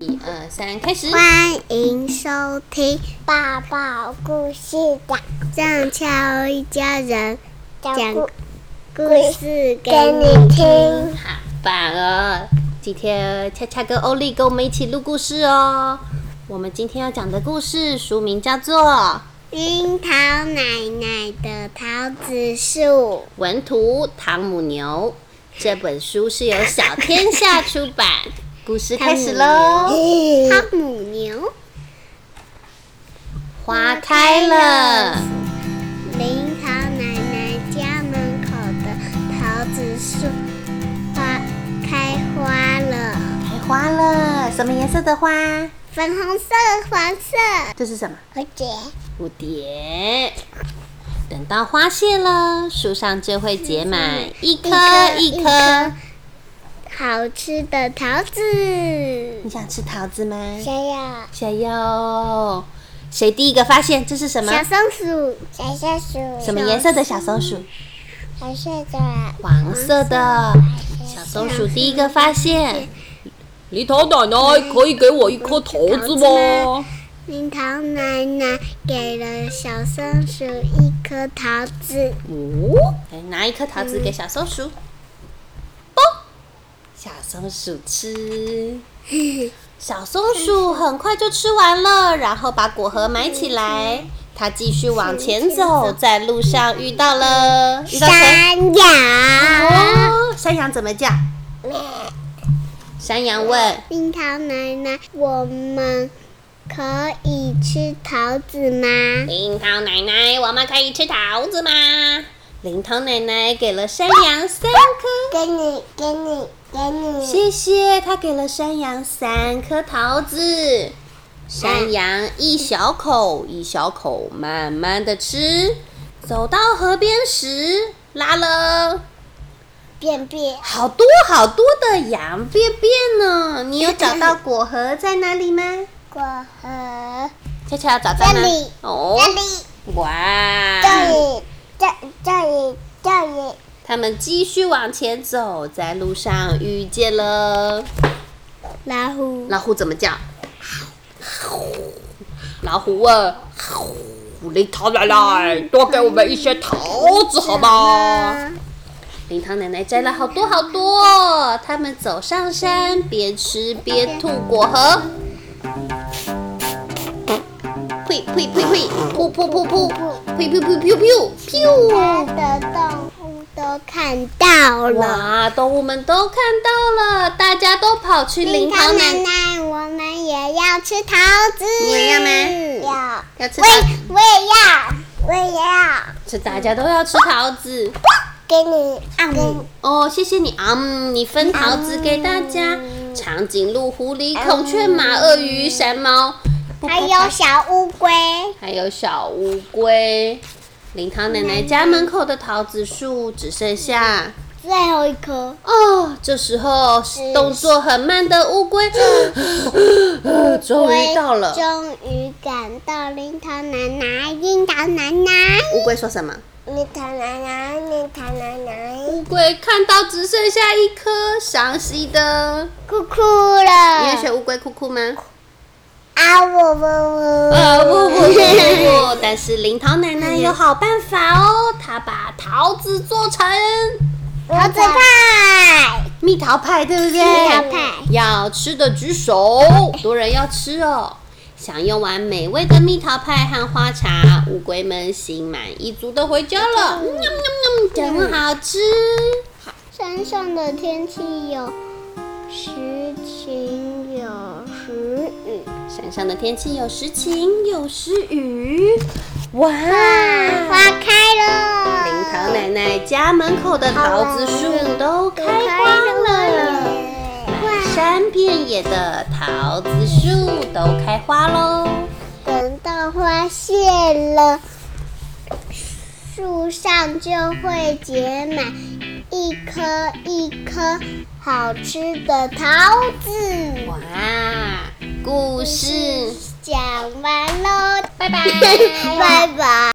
一二呃三，开始。欢迎收听《抱抱故事讲》，让乔一家人讲故故事给给你你听。听。好棒哦！今天恰恰跟欧丽跟我们一起录故事哦。我们今天要讲的故事书名叫做《樱桃奶奶的桃子树，文图汤姆牛》，这本书是由小天下出版。故事开始喽！汤姆牛，花开了，樱桃奶奶家门口的桃子树花开花了，开花了，什么颜色的花？粉红色、黄色，这是什么？蝴蝶，蝴蝶。等到花谢了，树上就会结满一颗一一颗。好吃的桃子。你想吃桃子吗？谁呀？想要哦。谁第一个发现这是什么？小松鼠，小松鼠。什么颜色的小松鼠？小松鼠。黄色的。小松鼠第一个发现。梨桃奶奶，可以给我一颗桃子吗？樱桃奶奶给了小松鼠一颗桃子，哦，来拿一颗桃子给小松鼠。啵，小松鼠吃。小松鼠很快就吃完了，然后把果核埋起来。它继续往前走，在路上遇到了遇到谁？嗯山啊羊。哦，山羊怎么叫？山羊问。樱桃奶奶，我们可以吃桃子吗？樱桃奶奶，我们可以吃桃子吗？樱桃奶奶给了山羊三颗，给你，给你，给你。谢谢，她给了山羊三颗桃子。山羊一小口一小口慢慢的吃，走到河边时，拉了便便。好多好多的羊便便呢。你 有找到果核在哪里吗？果哦核。恰恰找到吗？这里哦，这里，哇！这里，这这里，这里。他们继续往前走，在路上遇见了老虎，老虎，怎么叫？老虎啊问：“林桃奶奶，多给我们一些桃子好 吗？”林桃奶奶摘了好多好多，他们走上山，边吃边吐果核。呸呸呸呸，噗噗噗噗，呸呸噗噗噗噗。它的动物都看到了。哇，动物们都看到了，大家都跑去樱灵桃堂奶奶奶奶，我们也要吃桃子。你也要吗要。要吃我桃，也我也要，我也要。是大家都要吃桃子。给你，按我哦，谢谢你啊、嗯，你分桃子给大家。长颈鹿、狐狸、孔雀、马、鳄鱼、山猫，还有小乌龟，还有小乌龟。灵堂奶奶家门口的桃子树只剩下最后一颗。哦，这时候动作很慢的乌龟，嗯 终于到了。终于赶到樱桃奶奶，樱桃奶奶，乌龟说什么？蜜糖奶奶，蜜糖奶奶。乌龟看到只剩下一颗，伤心的。哭哭你会学了。乌龟哭哭吗？啊呜呜呜。呃，不不不不不， 但是林桃奶奶有好办法哦，她把桃子做成桃子派，蜜桃派，对不对？蜜桃派要吃的举手，多人要吃哦。享用完美味的蜜桃派和花茶，乌龟们心满意足的回家了。喵喵喵，真好吃。山上的天气有时晴有时雨，嗯山上的天气有时晴，有时雨。哇！花开了，林桃奶奶家门口的桃子树都开花了，满山遍野的桃子树都开花喽。等到花谢了，树上就会结满一颗一颗好吃的桃子。哇，故事讲完喽，拜拜 拜拜。